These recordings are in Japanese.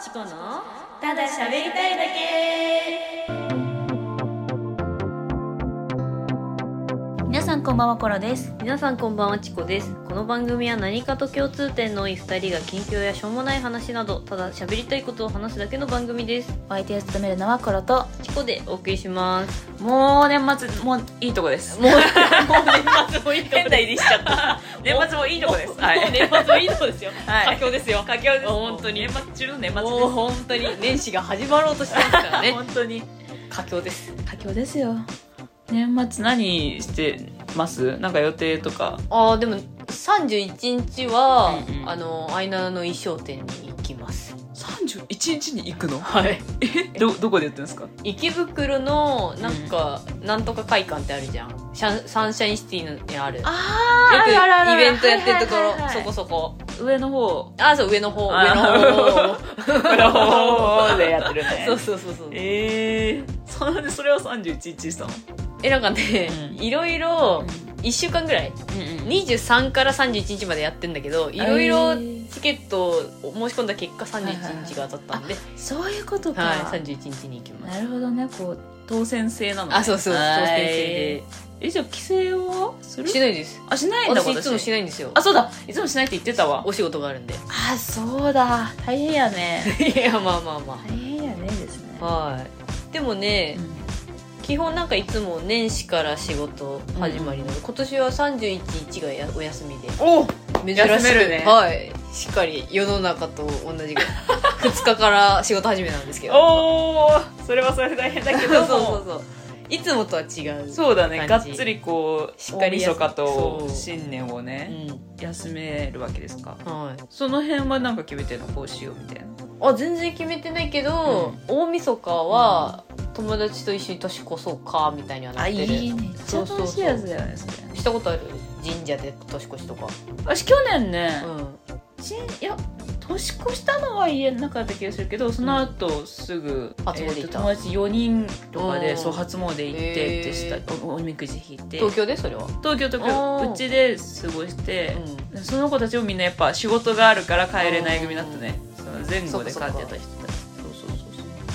チコのただ喋りたいだけ皆さんこんばんはコロです皆さんこんばんはチコですこの番組は何かと共通点の多い2人が近況やしょうもない話などただ喋りたいことを話すだけの番組ですお相手を務めるのはコロとチコでお送りしますもう年末もういいとこですもうもう年末もいいとこ変な入りしちゃった年末もいいとこ ですはいもう年末もいいとこですよはい佳境ですよ佳境です本当に年末中の年末で もう本当に年始が始まろうとしてますからすね 本当に佳境です佳境ですよ年末何してますなんか予定とかああでも31日は、うんうんあのアイナの衣装店に行きます31日に行くのはいえどどこでやってるんですか池袋のなんか、なんとか会館ってあるじゃんシャンサンシャインシティにあるよあくイベントやってるところ、そそここそこ上の方あそう上の方あ上ー 上の方の方でやってるねそうそうそうそうええー、そんでそれは31日したのえなんかね、うんいろいろ1週間ぐらい23から31日までやってんだけどいろいろチケットを申し込んだ結果31日が当たったんで、そういうことか、はい、31日に行きますなるほどねこう当選制なの、ね、あそうそうは当い選制えじゃあ規制をするでしないですあしないんだ私いつもしないんですよあそうだいつもしないって言ってたわお仕事があるんであそうだ大変や ねいやまあまあまあ大変やねですねはい。でもね、基本なんかいつも年始から仕事始まりなので、今年は31日がやお休みでおお珍し休めく、るねはいしっかり世の中と同 じぐらい2日から仕事始めなんですけどーそれはそれで大変だけそうどそうもそうそうそういつもとは違うだねが感っじつりこうしっかり大晦日とそう新年をうね、ん休めるわけですかはい、その辺はなんか決めてるのこうしようみたいなあ全然決めてないけど、大晦日は友達と一緒に年越そうかみたいにはなってるめっちゃ楽しいやつだよねそれしたことある神社で年越しとか、私去年ね、うん、ちんいや年越したのは家の中だった気がするけどその後すぐ、初詣行えったーと友達4人とかうでんそう初詣行ってってした、へおおみくじ引いて東京でそれは、東京とかおーうちで過ごして、うんその子たちもみんなやっぱ仕事があるから帰れない組だったねその前そ後っかで帰ってそったか人たちそうそうそう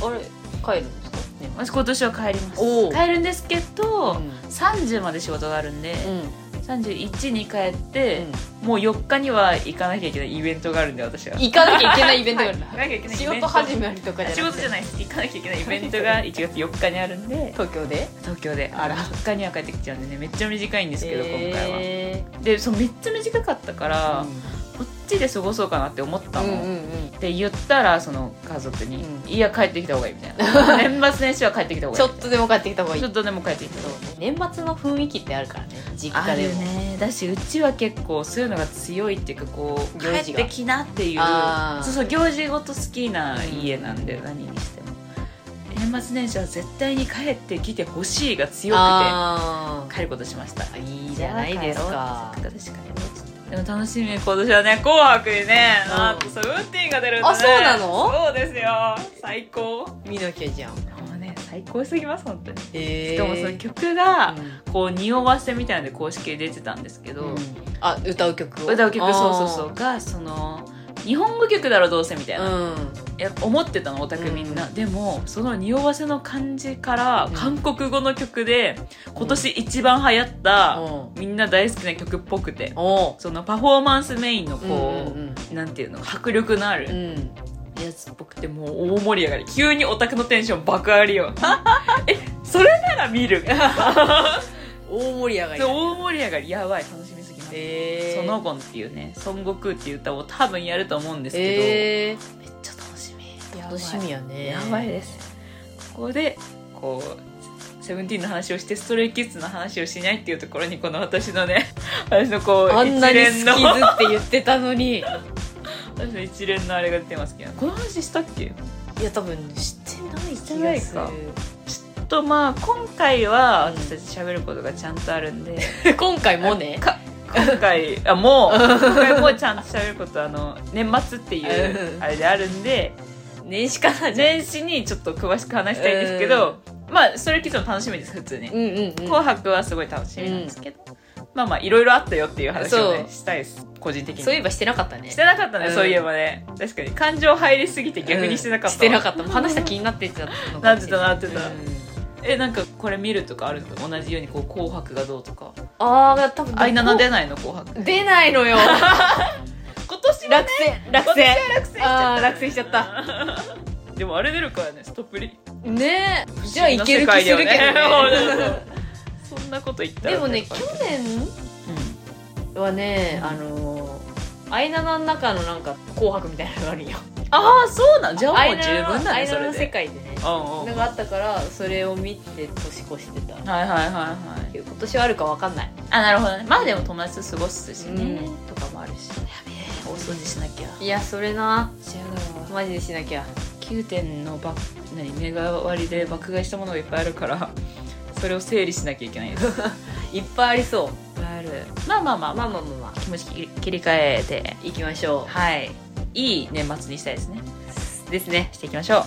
そうあれ帰るんですかね私今年は帰りますおー帰るんですけど、うん30まで仕事があるんで、うん31に帰って、もう4日には行かなきゃいけないイベントがあるんで私は行かなきゃいけないイベントがあるんだはい行かなきゃいけないイベン仕ト事始まりとかじゃなく仕て事じゃないです行かなきゃいけないイベントが1月4日にあるんで東京で 東京であら4日には帰ってきちゃうんでねめっちゃ短いんですけど、今回はえでそうめっちゃ短かったから、ーこっちで過ごそうかなって思ったうの、んうんで言ったらその家族に「ういや帰ってきた方がいい」みた いな年末年始は帰ってきたう方んがいいちょっとでも帰ってきた方がいいちょっとでも帰ってきた方そがういい年末の雰囲気ってあるからね実あ家でるもねだしうちは結構そういうのが強いっていうかこう行帰事っがてきなっていうあーそうそう行事ごと好きな家なんで、うん何にしても年末年始は絶対に帰ってきてほしいが強くあて帰ることしましたーいいじゃないですかじゃあ帰ろうってせっかくだし帰ろうってでも楽しみ今年はね「紅白」にね、うんなんとそうウッディが出るんで、ね、あそうなのそうですよ最高も見なきゃじゃんうね最高すぎます本当に、えしかもその曲が、こう匂わせみたいなので公式で出てたんですけど、あ歌う曲を歌う曲あーそうそうそうがその日本語曲だろどうせみたいな、うんいや思ってたのオタクみんな、でもその匂わせの感じから、うん韓国語の曲で今年一番流行った、おみんな大好きな曲っぽくて、おそのパフォーマンスメインのうんこう、うんなんていうの迫力のあうるんやつっぽくてもう大盛り上がり急にオタクのテンション爆上がりよ えそれなら見る大盛り上がりそう大盛り上がりやばい楽しみすぎますえそのゴンっていうね「孫悟空」っていう歌を多分やると思うんですけど、えーめっちゃ楽しみ楽しみやねやばいですここでこうセブンティーンの話をしてストレイキッズの話をしないっていうところにこの私のね 私のこうあんなに好一連きのずって言ってたのにい私の一連のあれが出てますけどこの話したっけや多分してないして気ながいすかるとまあ今回はうん私たち喋ることがちゃんとあるんで今回もねか今回あ もう今回もうちゃんと喋ることあの年末っていううんあれであるんで年始からじゃん年始にちょっと詳しく話したいんですけど、まあそれきっと楽しみです普通に、うんうんうん紅白はすごい楽しみなんですけど、まあまあいろいろあったよっていう話をねそうしたいです個人的にそういえばしてなかったねしてなかったね、うんそういえばね確かに感情入りすぎて逆にしてなかったわ、してなかったもう話した気になってたのなかっもてしたれなってたうん えなんかこれ見るとかあるの同じようにこう紅白がどうとかああ多分あいなな出ないの紅白こ出な いのよ今年落選落選落選しちあゃあっー落選しちゃったた でもあれ出るからねストップリねえじゃあいける気するけど ねそんなこと言ったらでもねやっぱ去り年うはねうんあのーアイナナの中のなんか紅白みたいなのがあるよんああそうなんじゃあアもイう十ナナ分だアねイそナナのれ世で界でねうんうんなんかあったからそれを見て年越してたはいはいはいはい今年はあるかわかんないあなるほどねまあでも友達と過ごすしね、うんとかもあるしやべえお掃除しなきゃいやそれな違うわマジでしなきゃ9点のバ何目が割りで爆買いしたものがいっぱいあるからそれを整理しなきゃいけないですいっ いっぱいありそぱいあるまあまあまあうまあまあまあま気持ち切り切り替えてあいきましょはいいい年末にしたいですねうですねしていきましょう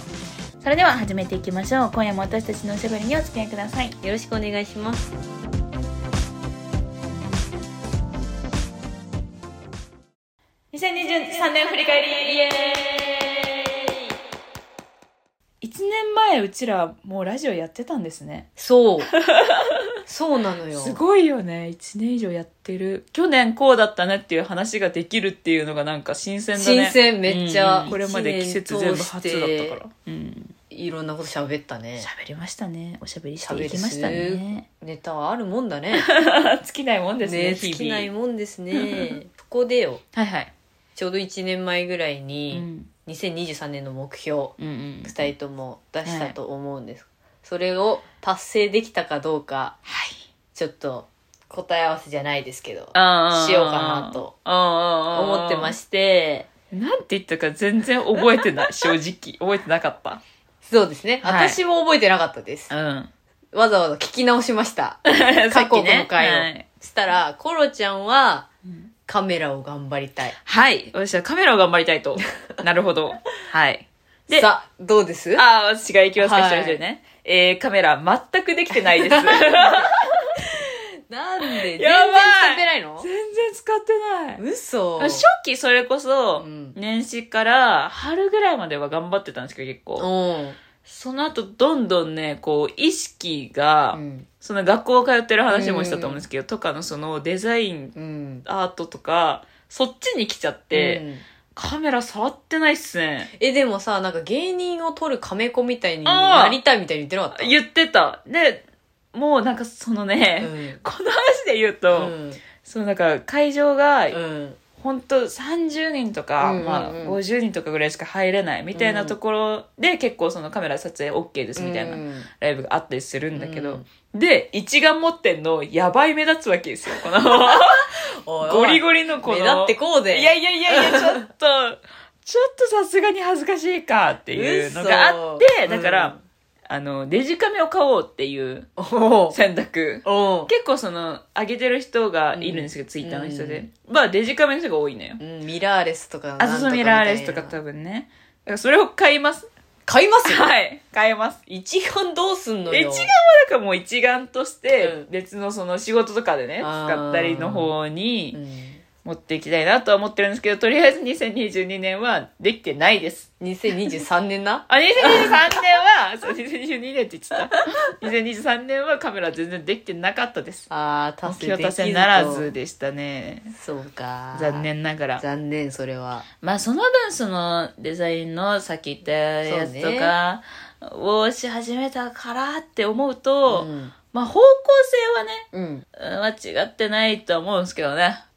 それでは始めていきましょう今夜も私たちのおしゃべりにお付き合いくださいよろしくお願いします2023年振り返りイエーイ1年前うちらもうラジオやってたんですね そうそうなのよすごいよね1年以上やってる去年こうだったねっていう話ができるっていうのがなんか新鮮だね新鮮めっちゃ、うんこれまで季節全部初だったからうんいろんなこと喋ったね喋りましたねおしゃべりしていきましたねネタはあるもんだね 尽きないもんですねね日尽々きないもんですねそこでよはいはい、ちょうど1年前ぐらいうに、ん2023年の目標うんうん2人とも出したと思うんです、それを達成できたかどうかはいちょっと答え合わせじゃないですけどあーしようかなとあー思ってましてなんて言ったか全然覚えて ない正直覚えてなかったそうですね、はい私も覚えてなかったですうんわざわざ聞き直しましたさっき過去ねの回をはいしたらコロちゃんはカメラを頑張りたいはい私はカメラを頑張りた いとなるほどはいでさあどうですああ私が行きますか、はい一緒にねえー、カメラ全くできてないです 全然なんで全然やばい使ってないの使ってない嘘初期それこそうん年始から春ぐらいまでは頑張ってたんですけど結う構んその後どんどんねこう意識が、うんその学校通ってる話もしたと思うんですけど、とかのそのデザインうんアートとかそっちに来ちゃって、うんカメラ触ってないっすねえでもさなんか芸人を撮るカメ子みたいになりたいみたいに言ってなかった言ってたでもうなんかそのね、この話で言うと、うんそのなんか会場がうん本当30人とか、うんうんうんまあ、50人とかぐらいしか入れないみたいなところで、結構そのカメラ撮影 OK ですみたいなうんライブがあったりするんだけど、で一眼持ってんのやばい目立つわけですよこのおい おいゴリゴリのこの目立ってこうぜいやいやいやいや、ちょっと、 ちょっとさすがに恥ずかしいかっていうのがあって、嘘だから、あの、デジカメを買おうっていうおう選択。おう結構その、上げてる人がいるんですけど、ツイッターの人で。まあ、デジカメの人が多いのよ。うんミラーレスとかあそうそうミラーレスとか多分ね。だからそれを買い ます。買いますよはい。買います。一眼どうすんの一眼よはなんかもう一眼としてうん別のその仕事とかでね、あー使ったりの方うにん持っていきたいなとは思ってるんですけど、とりあえず2022年はできてないです。 2023年なあ、2023年は、そう、2022年って言ってた。2023年はカメラ全然できてなかったです。あー目達成標でき達成ずならずでしたね。そうか残念ながら。残念それはまあ、その分、その、デザインのさっき言ったやつとかをし始めたからって思うと、うんまあ、方向性はね、 うんうん間違ってないとは思うんですけどね。はい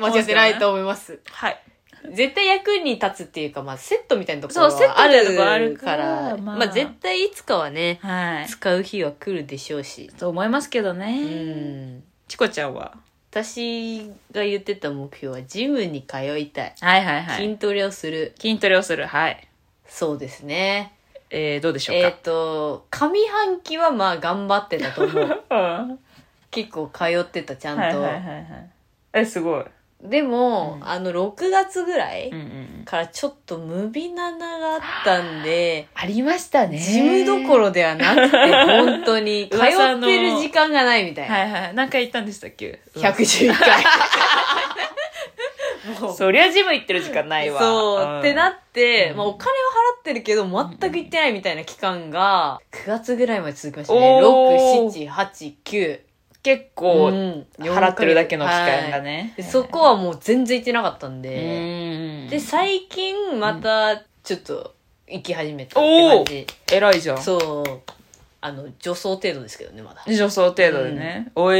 間違ってないと思いますはい。絶対役に立つっていうか、まあ、セットみたいなところそうセッはトあみたいなるとこからあるからままああ、絶対いつかはね、はい。使う日は来るでしょうし、と思いますけどうね。ん、チコちゃんは私が言ってた目標はジムに通いたい、はいはいはい。筋トレをする筋トレをする。はい。そうですねえー、どうでしょうえっ、か、と上半期はまあ頑 張ってたと思う結構通ってたちゃんと、はいはいはいはいえすごいでも、うんあの6月ぐらいうんうんうんからちょっとムビナナがあったんで、ありましたねジムどころではなくて、本当に、通っ 噂のてる時間がないみたいな。はいはい何回行ったんでしたっけ111回。 もうそりゃジム行ってる時間ないわそう、ってなっって、うんまあ、お金は払ってるけど全く行ってないみたいな期間が9月ぐらいまで続きましたおね6789結こう構4払ってるだけの期間がはいね、でそこはもう全然行ってなかったんで、でで最近またちょっと行き始めたっておー感じ、偉いじゃんそうあの女装程度ですけどねまだ女装程度でね、おえ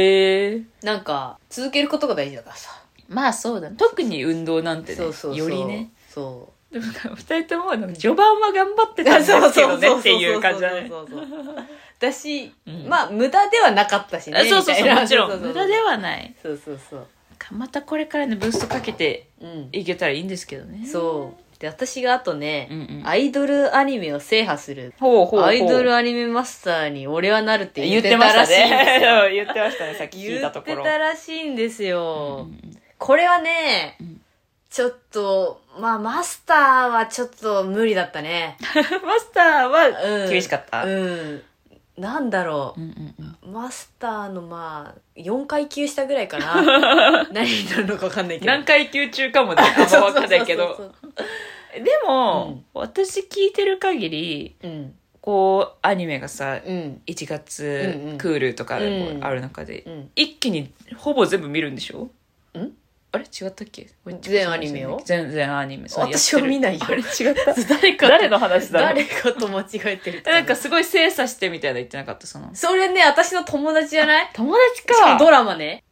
ーなんか続けることが大事だからさ、まあそうだ、ね、特に運動なんてねそうそうそうよりねそうでも2人ともなんか序盤は頑張 ってたんですけどねっていう感じだねそうそうそうそうだし、うんまあ無駄ではなかったしねあそうそうそみたいうなもちろそうん そうそう無駄ではないそうそうそうまたこれからのブーストかけてうんいけたらいいんですけどねそうで私があとうね、んうんアイドルアニメを制覇するほうほうほうアイドルアニメマスターに俺はなるって言言っっててたましたらしいんです よね 言ってましたねさっき聞い言たっとこてろたらしいんですよ、うんうんこれはね、うんちょっとまあマスターはちょっと無理だったね、マスターはうん、厳しかったうんなんだろう、うんうんうんマスターのまあ4階級下ぐらいかな 何になるのか分かんないけど何階級中かもね、あんま分かんないけそど。うそうそうでも、私聞いてる限り、そううんこう、アニメがさ、1うんうんう月んクールとかでうんもある中で、うん一気にほぼ全部見るんでしょんあれ違ったっけ全アニメを全全アニメ。そう私やはってる見ないよあれ違 った。誰か誰の話だろう誰かと間違えてるとなんかすごい精査してみたいな言ってなかった、その。それね私の友達じゃない友達しかもあれドラマね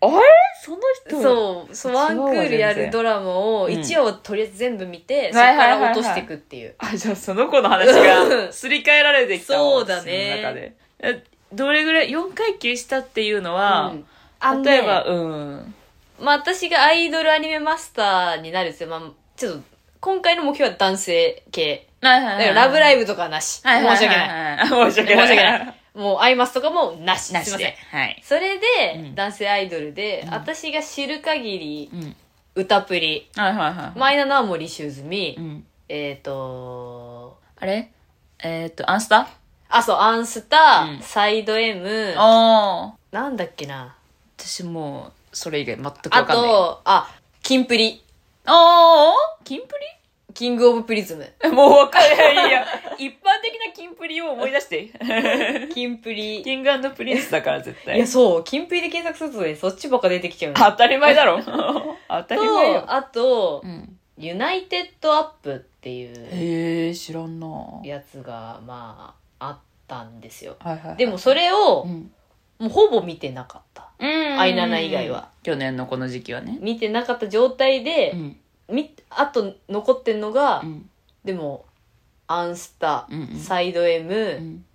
その人そうそうワンクールや全然るドラマをうん1話をとりあえず全部見て、そはこかいはいはいらはい落としていくっていう、あ、じゃあ その子の話がすり替えられてきたそうだね私の中で。えどれぐらい、4階級したっていうのは、うんあのね例えば、うん。まあ私がアイドルアニメマスターになるんですよ、まあ、ちょっと今回の目標は男性系はいはいはだかいらラブライブとかはなし。はいはいはい申し訳ない。はい申し訳ない。申し 訳ない。もう、アイマスとかもなし。なしすいませんで。。はい。それで、うん男性アイドルで、うん私が知る限り、うん。歌プリ、はいはいはい。マイナナは森修み、うん。えっ、ー、とあれえーっと、アンスタあ、そう、アンスタ、うんサイド M、ああ。なんだっけな。私もう、それ以外全くわかあんない。あと、あ、キンプリ、あーキンプキングオブプ リズム、リもうわかんない。いや、一般的なキンプリを思い出 して。キンプリ。いキングプリンスだから絶対。や、そう、キンプリで検索するとね、そっちばっか出てきちゃうの当たり前だ ろ。当たり前よ。と、あと、ん、ユナイテッドアップっていう。へえ知らんな。はいやつがまああったんですよはいはい。でもそれをうん、もうほぼ見てなかったアアイナナ以外は。去年のこの時期はね。見てなかった状態で、ん。みあと残ってんのが、うん。でもアンスタ、うんうんサイド M、うん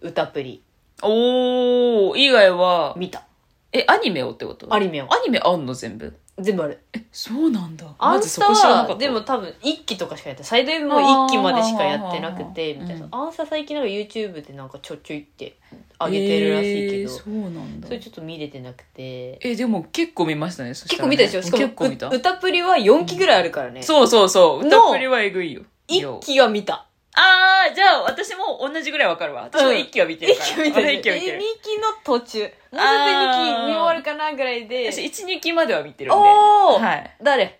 歌プリおー、以外は、見たえ、アニメをってことアニメをアニメあんの全部。全部あるそうなんだ。アまンずスそタこ知らなかはった。でも、多分1期とかしかやってないサイド M も1期までしかやってなくてあーみたいなうアンスタ最近なんか YouTube でなんかちょちょいって上げてるらしいけど、えーそうなんだそ。れちょっと見れてなくてえ、でも結構見ましたね、そし結たら構ね見たでしょしかも結構見たう。歌プリは4期ぐらいあるからね、そうそうそう。の歌プリはえぐいよ。一よ期は見た。あー、じゃあ私も同じぐらいわかるわ。私も一気は見て一るから。期は見た俺で一し気ょ。はえ見てる二。期の途中。もうすでにあー2期見終わるかなぐらいで。私、1、2期までは見てるんで。おー、はい。誰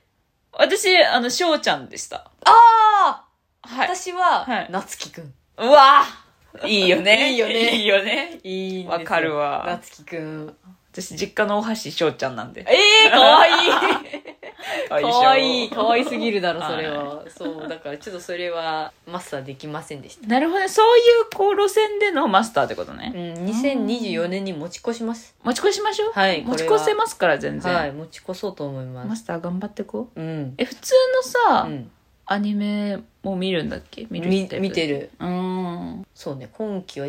私、あの、しょうちゃんでした。あー、はい。私は、はいなつきくん。うわーいいよね。 いいよねいいよね。いいんですよわかるわなつきくん。私、実家の大橋しょうちゃんなんで。えー、かわい いかかわいい、かわいすぎるだろ、はいそれは。そう、だからちょっとそれは、マスターできませんでした。なるほどね。そういう、こう、路線でのマスターってことうね。ん、2024年に持ち越します。持ち越しましょう。はい持ちこ越れはせますから、全然。はい、持ち越そうと思いまマす。スター頑張ってこう。うん。え、普通のさ、うんアニメも見るんだっけ見るみタイプ見てる。うーん。そうね今期は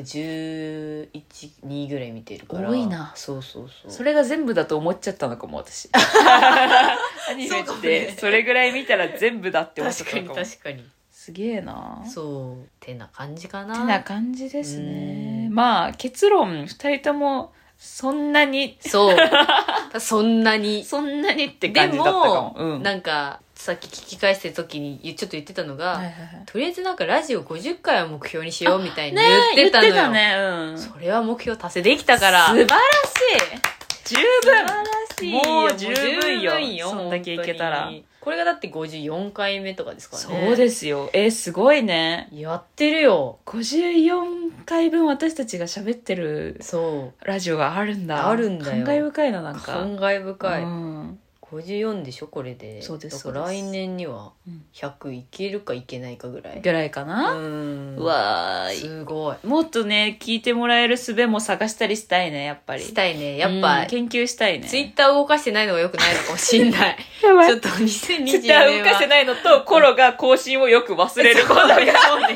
112ぐらい見てるから多いなそうそうそうそれが全部だと思っちゃったのかも私アニメそうかもっねて それぐらい見たら全部だって思っちゃっ確たのかにかも確かにすげえなそうてな感じかなてな感じですねうんまあ結論2人ともそんなに、そう そんなにそんなにってで感じだったかもも。、うん。なんかさっき聞き返した時にちょっと言ってたのが、はいはいはいとりあえずなんかラジオ50回を目標にしようみたいにね言ってたのよ、言ってたね。うん。それは目標達成できたから素晴らしい十素分晴らしいもう十分よもう十分よそんだけいけたら本当にこれがだって54回目とかですからねそうですすよ。えー、すごいね。やってるよ54回分私たちが喋ってるそうラジオがあるんだ。あるんだよ感慨深いな、なんか。感慨深い、うん54でしょこれでそうですだからそうで来す年にはうん100いけるかいけないかぐらいぐらいかうな。んうわーい。すごいもっとね、聞いてもらえる術も探したりしたいね、やっぱり。したいねやっぱ、うん研究したいね。ツイッター動かしてないのがよくないのかもし んないやばちょっと2020ツイ年ッター動かしてないのと、コロが更新をよく忘れることが。マジでそうね私、一回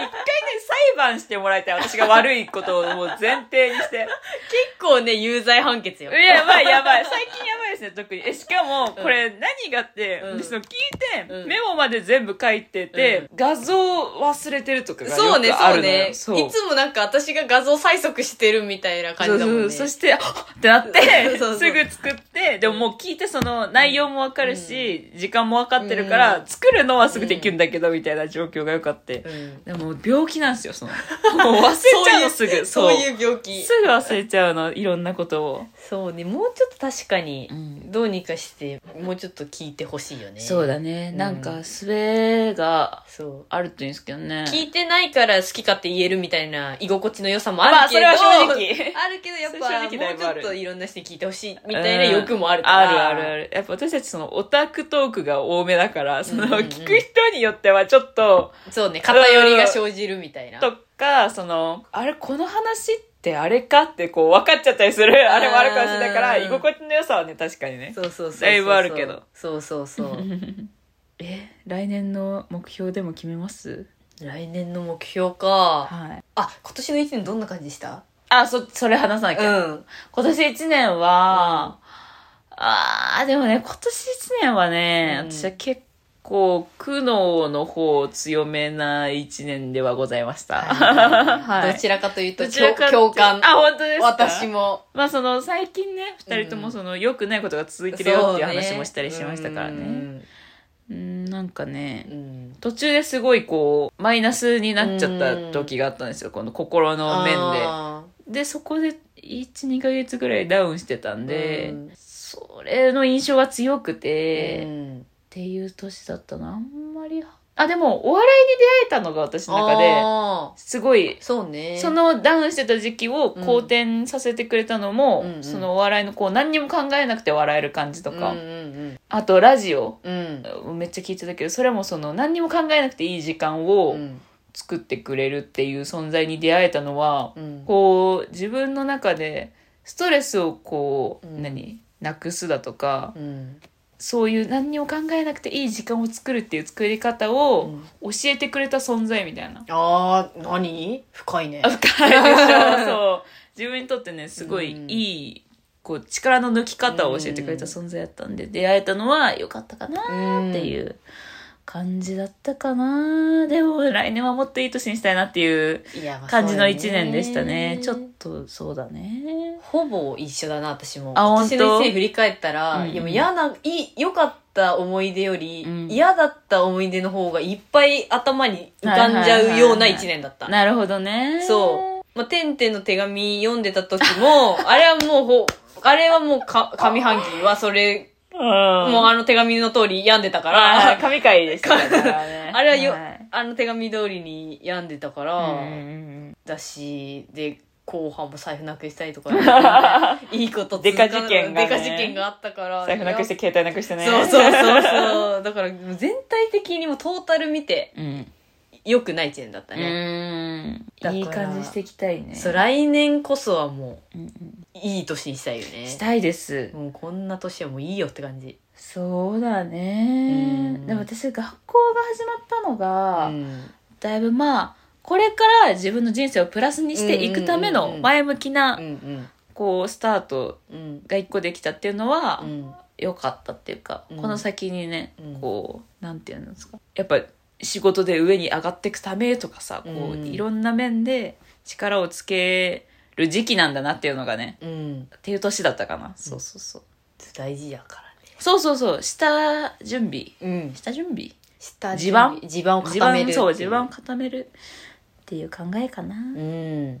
ね、裁判してもらいたい。私が悪いことをもう前提にして。 結構ね有罪判決よいややばいやばい。最近やばいですね、特に。え、しかも、これ何がって、うんその聞いて、うんメモまで全部書いてて、画像忘れてるとかがよそうねくあそるうのねよいつもなんか私が画像催促してるみたいな感じだもんねそうそうそして、あっってなって そうそうそう、すぐ作って、でももう聞いてその内容もわかるし、時間もわかってるから、作るのはすぐできるんだけど、みたいな状況がよかって。うんでも病気なんですよ、そ の。もう忘れちゃうのすぐ。そそうういう病気すぐ忘れちゃうの、いろんなことを。そうねもうちょっと確かにんどうにかしてもうちょっと聞いてほしいよねそうだね。うんなんか、すべがそうあるといいんですけどね。聞いてないから好きかって言えるみたいな居心地の良さもあるまあ、そけど、れは正直。あるけどやっそれぱ正直だいぶもあうちょるっといろんな人に聞いてほしいみたいな欲もあるか あるらあるある。やっぱ私たちそのオタクトークが多めだから、その、うんうんうん聞く人によってはちょっと、そうね偏りが生じるみたいなとか、その、あれ、この話ってあれかってこう分かっちゃったりする、あれもあるかもしれないから、うん居心地の良さはね、確かにね。そうそうそうそうだいぶあるけどそうそうそう え、来年の目標でも決めます来年の目標かはい。あ今年の1年どんな感じでしたあ、そ、それ話さなきゃ。ん今年1年は、あーでもね、今年1年はね、うん私は結構、苦悩の方を強めな1年ではございました。はい。どちらかというとどちらかって共感あ、本当ですか私もまあその、最近ね、二人とうんもその、良くないことが続いてるよっていう話もしたりしましたからそうね。うん、なんかうね、ん途中ですごいこう、マイナスになっちゃった時があったんですよ、この心の面で。あでそこで12ヶ月ぐらいダウンしてたんで、うんそれの印象が強くーて、うっんていう年だったなあんまりあでもお笑いに出会えたのが私の中であすごいーそうねそのダウンしてた時期をうん好転させてくれたのも、うんうんそのお笑いのこう何にも考えなくて笑える感じとか、うんうんあとラジオうんめっちゃ聞いてたけどそれもその何にも考えなくていい時間うをん作ってくれるっていう存在に出会えたのは、うんこう自分の中でストレスをこう、うん何なくすだとかうんそういう何にも考えなくていい時間を作るっていう作り方を教えてくれた存在みたいな、あー何深いねあ深いでしょそう自分にとってねすごいうんいい、こう力の抜き方を教えてくれた存在だったんで、出会えたのは良かったかなってういんう感じだったかなでも来年はもっといい年にしたいなっていういやまあ感じのそう1だ年ねでしたねちょっとそうだねほぼ一緒だな私もあ私の本当一年振り返ったら、うんうんいやもう嫌ないい良かった思い出より、うん嫌だった思い出の方がいっぱい頭に浮かんじゃうような一年だった、なるほどね。そうまあ、てんてんの手紙読んでた時 もあれはもうほあれはもうか上半期はそれうん。ももうあの手紙の通り病んでたかあ、ら神回でしたからねあれはよ、はいあの手紙通りに病んでたかうら、んだしで後半も財布なくしたり とかいいこと続かデなカ事件がねデカ事件があったから財布なくして、携帯なくしてね。そうそう そうそうだからもう全体的にもうトータル見てうん。良くない一年だったね、だからいい感じしていきたいね。そう来年こそはもうんうんういい年にしたいよねしたいです。もうこんな年はもういいよって感じそうだうねん。でも私、学校が始まったのが、うんだいぶまあ、これから自分の人生をプラスにしていくためうんうんうんのうん前向きうな、んこう、スタートうんうんが一個できたっていうのは、うん良かったっていうか、うんこの先にね、うんこうなんていうんですかやっぱ仕事で上に上がっていくためとかさこう、うんいろんな面で力をつける時期なんだなっていうのがねうんっていう年だったかなそうそうそう、大事やからねそうそうそう下準備うん下準備下地盤地盤を地固め盤るそう地盤を固めるっていう考えかな、う二ん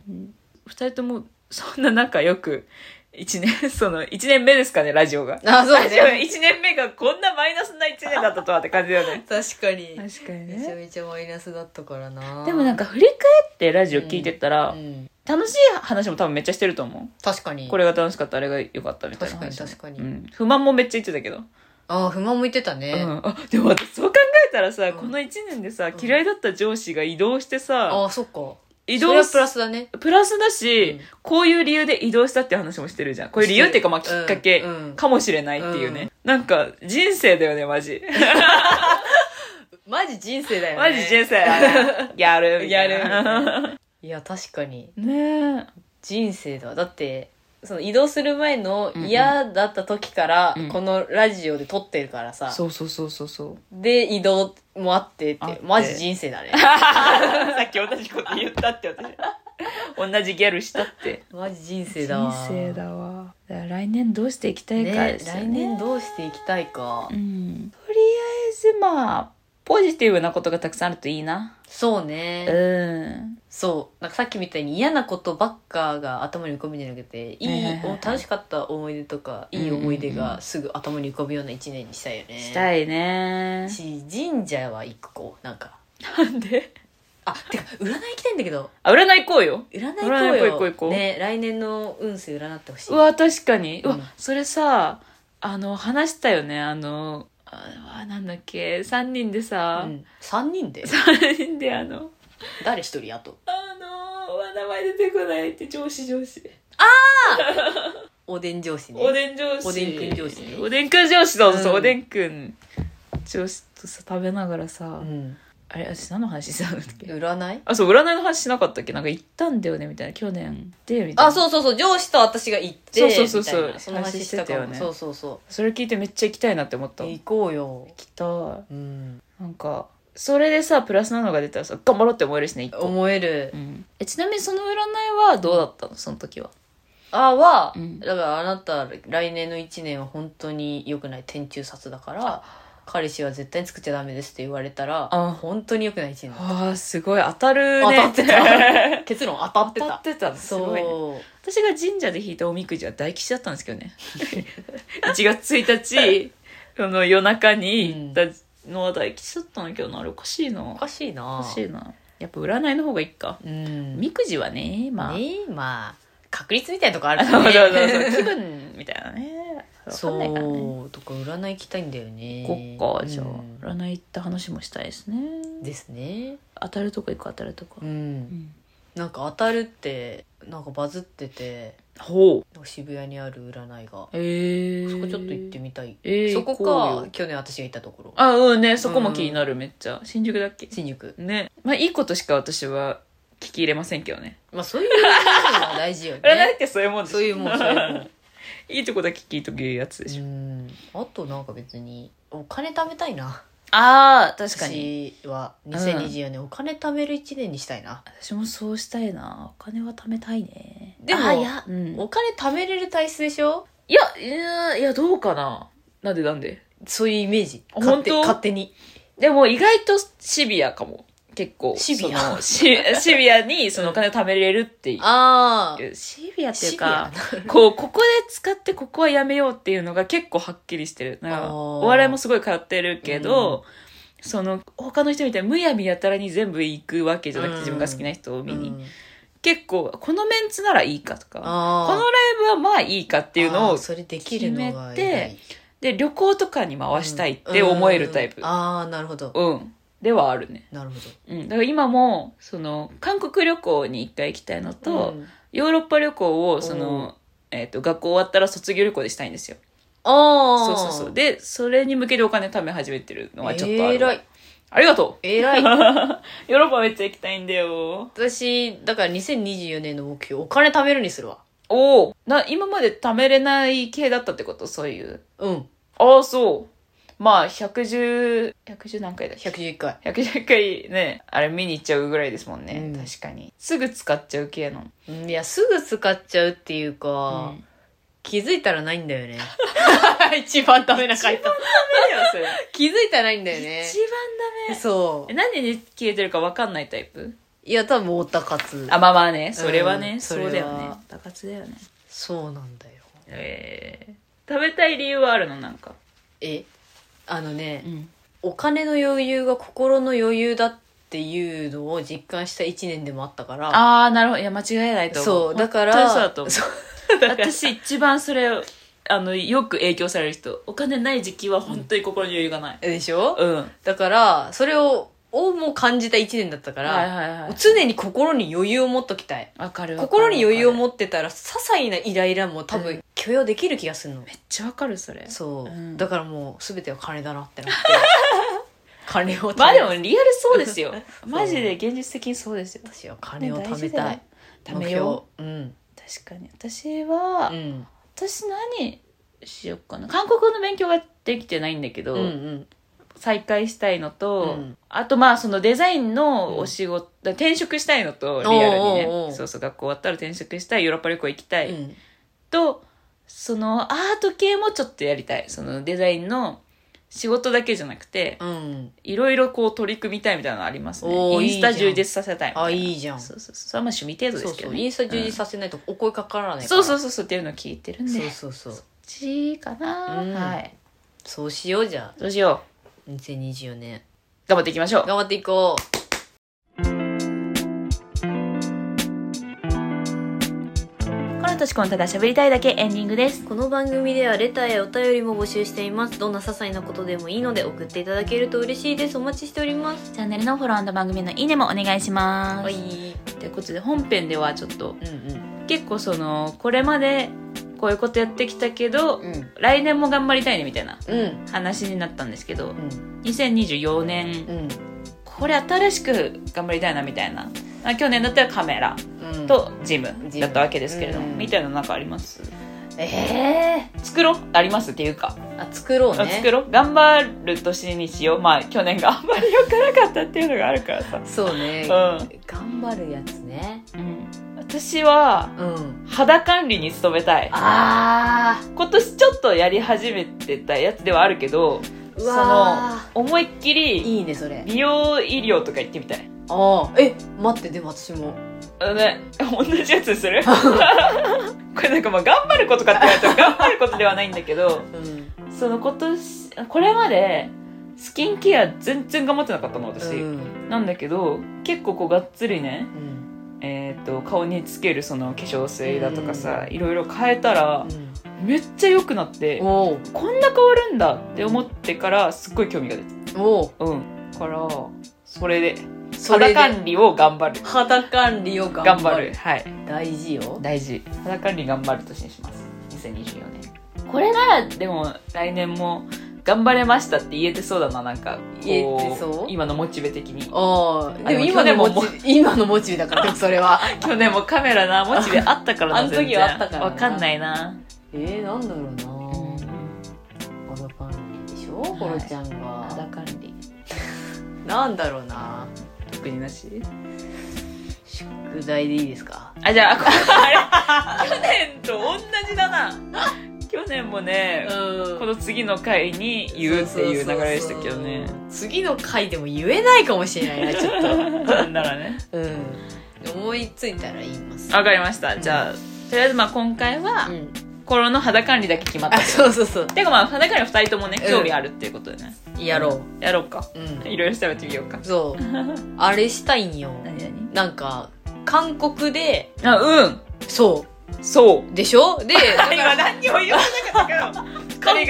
人ともそんな仲良く一年 その一年目ですかねラジオがあそうラジオ ね1年目がこんなマイナスな1年だったとはって感じだよね確かに確かにめちゃめちゃマイナスだったからなでもなんか、か振り返ってラジオ聞いてったら、うん、楽しい話も多分めっちゃしてると思確かにうこれが楽しかったあれが良かったみたいな話も確かに確かにうん、不満もめっちゃ言ってたけど、ああ不満も言ってたね、うん、あでも私そう考えたらさ、うんこの1年でさん嫌いだった上司が移動してさ、ああそっか移それ動はすプラスだねプラスだし、うんこういう理由で移動したって話もしてるじゃんこういう理由っていうかまあきっかけうんうんかもしれないっていうね、なんか人生だよねマジマジ人生だよ ねマジ人 生だねやるみたいなやるみた いないや確かにね人生だわだってその移動する前のうんうん嫌だった時から、うんこのラジオで撮ってるからさ、うそうそうそうそうで移動もあってっあっててマジ人生 だねさっき同じこと言ったって私同じギャルしたってマジ人生だわだわだから来年どうしていきたいかねですよね来年どうしていきたいか、うんとりあえずまあポジティブなことがたくさんあるといいなそううね、んそうなんかさっきみたいに嫌なことばっかが頭に浮かぶんじゃなくていい、はいはいはいはい楽しかった思い出とかいい思い出がすぐ頭に浮かぶような一年にしたいよねしたいねし神社は行くこうなんか なんであてか占い行きたいんだけどあ占い行こうよ占い行こう占いよ行こう行こうね来年の運勢占ってほしいうわ確かにうわ、うんそれさあの話したよねあのあなんだっけ3人でさ、 3人で3人であの誰一人あとあのー、名前出てこないって上司上司。おでん上司ねおでん上司。おでんくん上司ねおでんくん上司そうそう、うんおでんくん上司とさ、食べながらさ、うんあれ、私何の話したんだっけ占いあ、そう、占いの話しなかったっけなんか行ったんだよね、みたいな。去年。で、みたいな。あそうそうそう上司と私が行ってそうそうそうそうみたいなその話してたかも話してたよねそうそうそそれ聞いてめっちゃ行きたいなって思った。う行行こうよきたうんい。なんか、それでさ、プラスなのが出たらさ、頑張ろうって思えるしね、一個。思えるうん、えちなみにその占いはどうだったのその時は。あは、うんだからあなた来年の1年は本当に良くない天中殺だから彼氏は絶対に作っちゃダメですって言われたらあ本当に良くない1年 ああ、すごい。当たるね。当たってた結論当たっ て当たたってたのすごいね、そう私が神社で引いたおみくじは大吉だったんですけどね1月1日その夜中に行ったのは大吉だったんだけどなあれおかしいなおおかしいなかしいなやっぱ占いの方がいいかうんみくじはねまあ、ねまあ確率みたいなとこあるかそら うそうそうねそう気分みたいなねわか そんないからねうとか占い行きたいんだよねこっかじゃあ、うん占いって話もしたいですねですね当たるとこ行く当たるとこ、うんんなんか当たるってなんかバズっててほうなんか渋谷にある占いがええそこちょっと行ってみたい、えーそこ行こうかよ去年私が行ったところあうんねそこも気になる、めっちゃ新宿だっけ新宿ねまあいいことしか私は聞き入れませんけどねまあそういうのが大 事よ占いねってそういうもんでしょそういうもんそういうもん いいとこだけ聞いとくやつでしょ、うんあとなんか別にお金貯めたいなああ確私は2024年お金貯める1年にしたいな、私もそうしたいなお金は貯めたいねでもあいや、うんお金貯めれる体質でしょいやいやいやどうかななんでなんでそういうイメージあ勝手本当勝手にでも意外とシビアかも結構シビアそのシシビアにそのお金を貯めれるっていうああシビアっていうシビかアこうここで使ってここはやめようっていうのが結構はっきりしてるなんあーかお笑いもすごい通ってるけど、その他の人みたいにむやみやたらに全部行くわけじゃなくうてん自分が好きな人を見に、うん結構このメンツならいいかとかこあのライブはまあいいかっていうのあーをそれできるのが決めいいで旅行とかに回したいって思えるタイプうんああなるほどうん、ではあるね、なるほうん、だから今もその韓国旅行に一回行きたいのどと、ヨーロッパ旅行おをーその、えー、と学校終わったら卒業旅行でしたいんですよああそうそうそう。で、それに向けてお金貯め始めてるのはちょっとあえるらわ。いありがと。えらいう ヨーロッパめっちゃ行きたいんだよ。私だから2024年の目標お金貯めるにするわおお。な、今まで貯めれない系だったってことそういう。うんああ、そう。まあ、110、110何回だっけ111回110回ね、あれ見に行っちゃうぐらいですもんね。うん確かに。すぐ使っちゃう系の。うんいやすぐ使っちゃうっていうか、うん気づいたらないんだよね一番ダメな回答それ 気づいたらないんだよ ね一番ダメ。そえ何で消えてるか分かんないタイプういや多分オタ活あ、まあまあね。それはうね、んそうだよそれねは。打活だよね。そうなんだよえー、食べたい理由はあるのなんか。えあのね、ん。お金の余裕が心の余裕だっていうのを実感した1年でもあったからああ、なるほど。いや、間違いないと思う。そうだから本当にそうだと思う。そうだから私一番それをあのよく影響される人お金ない時期は本当に心に余裕がないでしょ、うん、だからそれををもう感じた1年だったから、はいはいはい常に心に余裕を持っときたいわかる心に余裕をっ持ってたら些細なイライラも多う分許容できる気がするの、めっちゃわかるそれそう、うんだからもう全ては金だなって なって金を貯めまあでもリアル そうですようマジで現実的にそうですよ私は金をね大貯め事だたよい貯めよううん、う確かに私は、うん、私何しよっかな韓国語の勉強ができてないんだけど、うんうん再開したいのと、うんあとまあそのデザインのお仕事、だから転職したいのとリアルにねおうおうおうそうそう学校終わったら転職したいヨーロッパ旅行行きたい、うんとそのアート系もちょっとやりたいそのデザインの仕事だけじゃなくてうんいろいろこう取り組みたいみたいなのありますおーねインスタいいじゃん充実させたいみたいなあいいじゃんそうそうそうそれはまあ趣味程度そでうすけそど、うね、インスタ充実させないとお声かからないから、そうそううそうそうっていうのを聞いてるんでそうこっそうそうちかな、うんはいそうしようじゃどうしようあ2024年頑張っていきましょう頑張っていこうこの年このただ喋りたいだけエンディングですこの番組ではレターやお便りも募集していますどんな些細なことでもいいので送っていただけると嬉しいですお待ちしておりますチャンネルのフォロー番組のいいねもお願いします、はいということで本編ではちょっとうん結構そのこれまでこういうことやってきたけど、うんうん来年も頑張りたいねみたいなうん話になったんですけどうん2024年うんこれ新しく頑張りたいなみたいなあ去年だったらカメラうんとジムジムだったわけですけれども、うんみたいななんかありますえ作ろうありますっていうか、ー、あ作ろうあね作ろう頑張る年にしようまあ去年があんまり良くなかったっていうのがあるからさ、そうね、う頑張るやつねうん、私はうん肌管理に努めたいあ今年ちょっとやり始めてたやつではあるけどーうわその思いっきーりいいねそれ美容医療とか行ってみたいああえ待ってでも私もあのね、同じやつにす る これなんかまあ頑張ることかって言われたら 頑張ることではないんだけどうんその今年これまでスキンケア全然頑張ってなかったの私、うんなんだけど結構こうがっつりね、うんえー、と顔につけるその化粧水だとかさ、ういろいろ変えたらめっちゃ良くなっておおこんな変わるんだって思ってからすっごい興味が出ておおうんだからそれでそれ肌で管理を頑張る肌管理を頑張るはい大事よ大事肌管理頑張る年にします2024年これならでも来年も頑張れましたって言えてそうだななんかこう言えてそう今のモチベ的 にああ、でもあ今でのもモチ今のモチベだから、でもそれは。去年もカメラなモチベあったからなあの時は全然あったからなわかんないな えー、なんだろうなホロパンリでしょホロちゃん肌が。管理なんだろうな特になし宿題でいいですかあじゃあこあれ去年と同じだな去年もね、んこの次の回に言うっていう流れでしたけどねそうそうそうそう次の回でも言えないかもしれないな、ちょっ なんならねと。うん。思いついたら言います。わかりましたじゃあとりあえずまあ今回はうん。心の肌管理だけ決まったあ、そうそうそう。てかまあ肌管理は2人ともねうん興味あるっていうことでね、やろやろうかう。うん。いろいろ調べてみようか そう。あれしたいんよ。何何なんか、韓国で、あうんそそうう。でしょで、だから 今何にも言わなかったけど韓国でこれ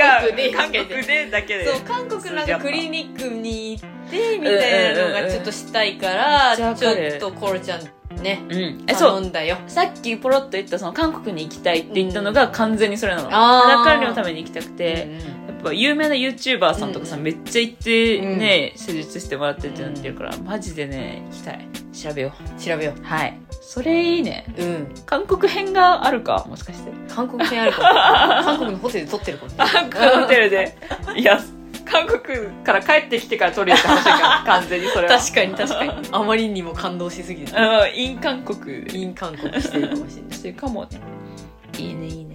が 韓国でだけでそう韓国なんかクリニックに行ってみたいなのがちょっとしたいかうんうんうんうらんちょっとコロちゃんねうんえそう頼んだよさっきポロッと言ったその韓国に行きたいって言ったのが完全にそれなの、んあー肌管理のために行きたくて、うんやっぱ有名な YouTuber さんとかさ、うんうんめっちゃ行ってね、施術してもらってってなってるから、マジでね行きたい調べよ調べようはいそれいいねううん韓国編があるかもしかして 韓国編あるかも韓国のホテルで撮ってるかもね 韓国ホテルでいや韓国から帰ってきてから取り入れてほしい から、完全にそれは。確かに確かに あまりにも感動しすぎてうん、イン韓国イン韓国してるかもしれなしてるかもね。いいね、いいね。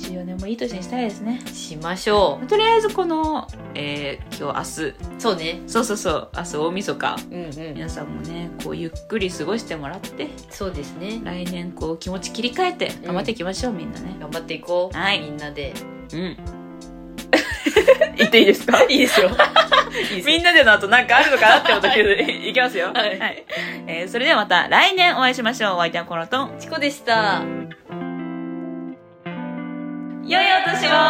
2024年もいい年にしたいですね。いしましょとりあえずこの、えー今日、うそうね明日、そうそうそう、明日大晦日。うんうん皆さんもね、こうゆっくり過ごしてもらって、そうですね来年こう気持ち切り替えてん頑張っていきましょう、みんなね。頑張っていこ う、はいみんなでうん。言 っていいですかいいですよいいですみよんなでの後なんかあるのかなって思ったけど、いきますよ。はいえーそれではまた来年お会いしましょう。お相手はコロと、チコでした良いお年を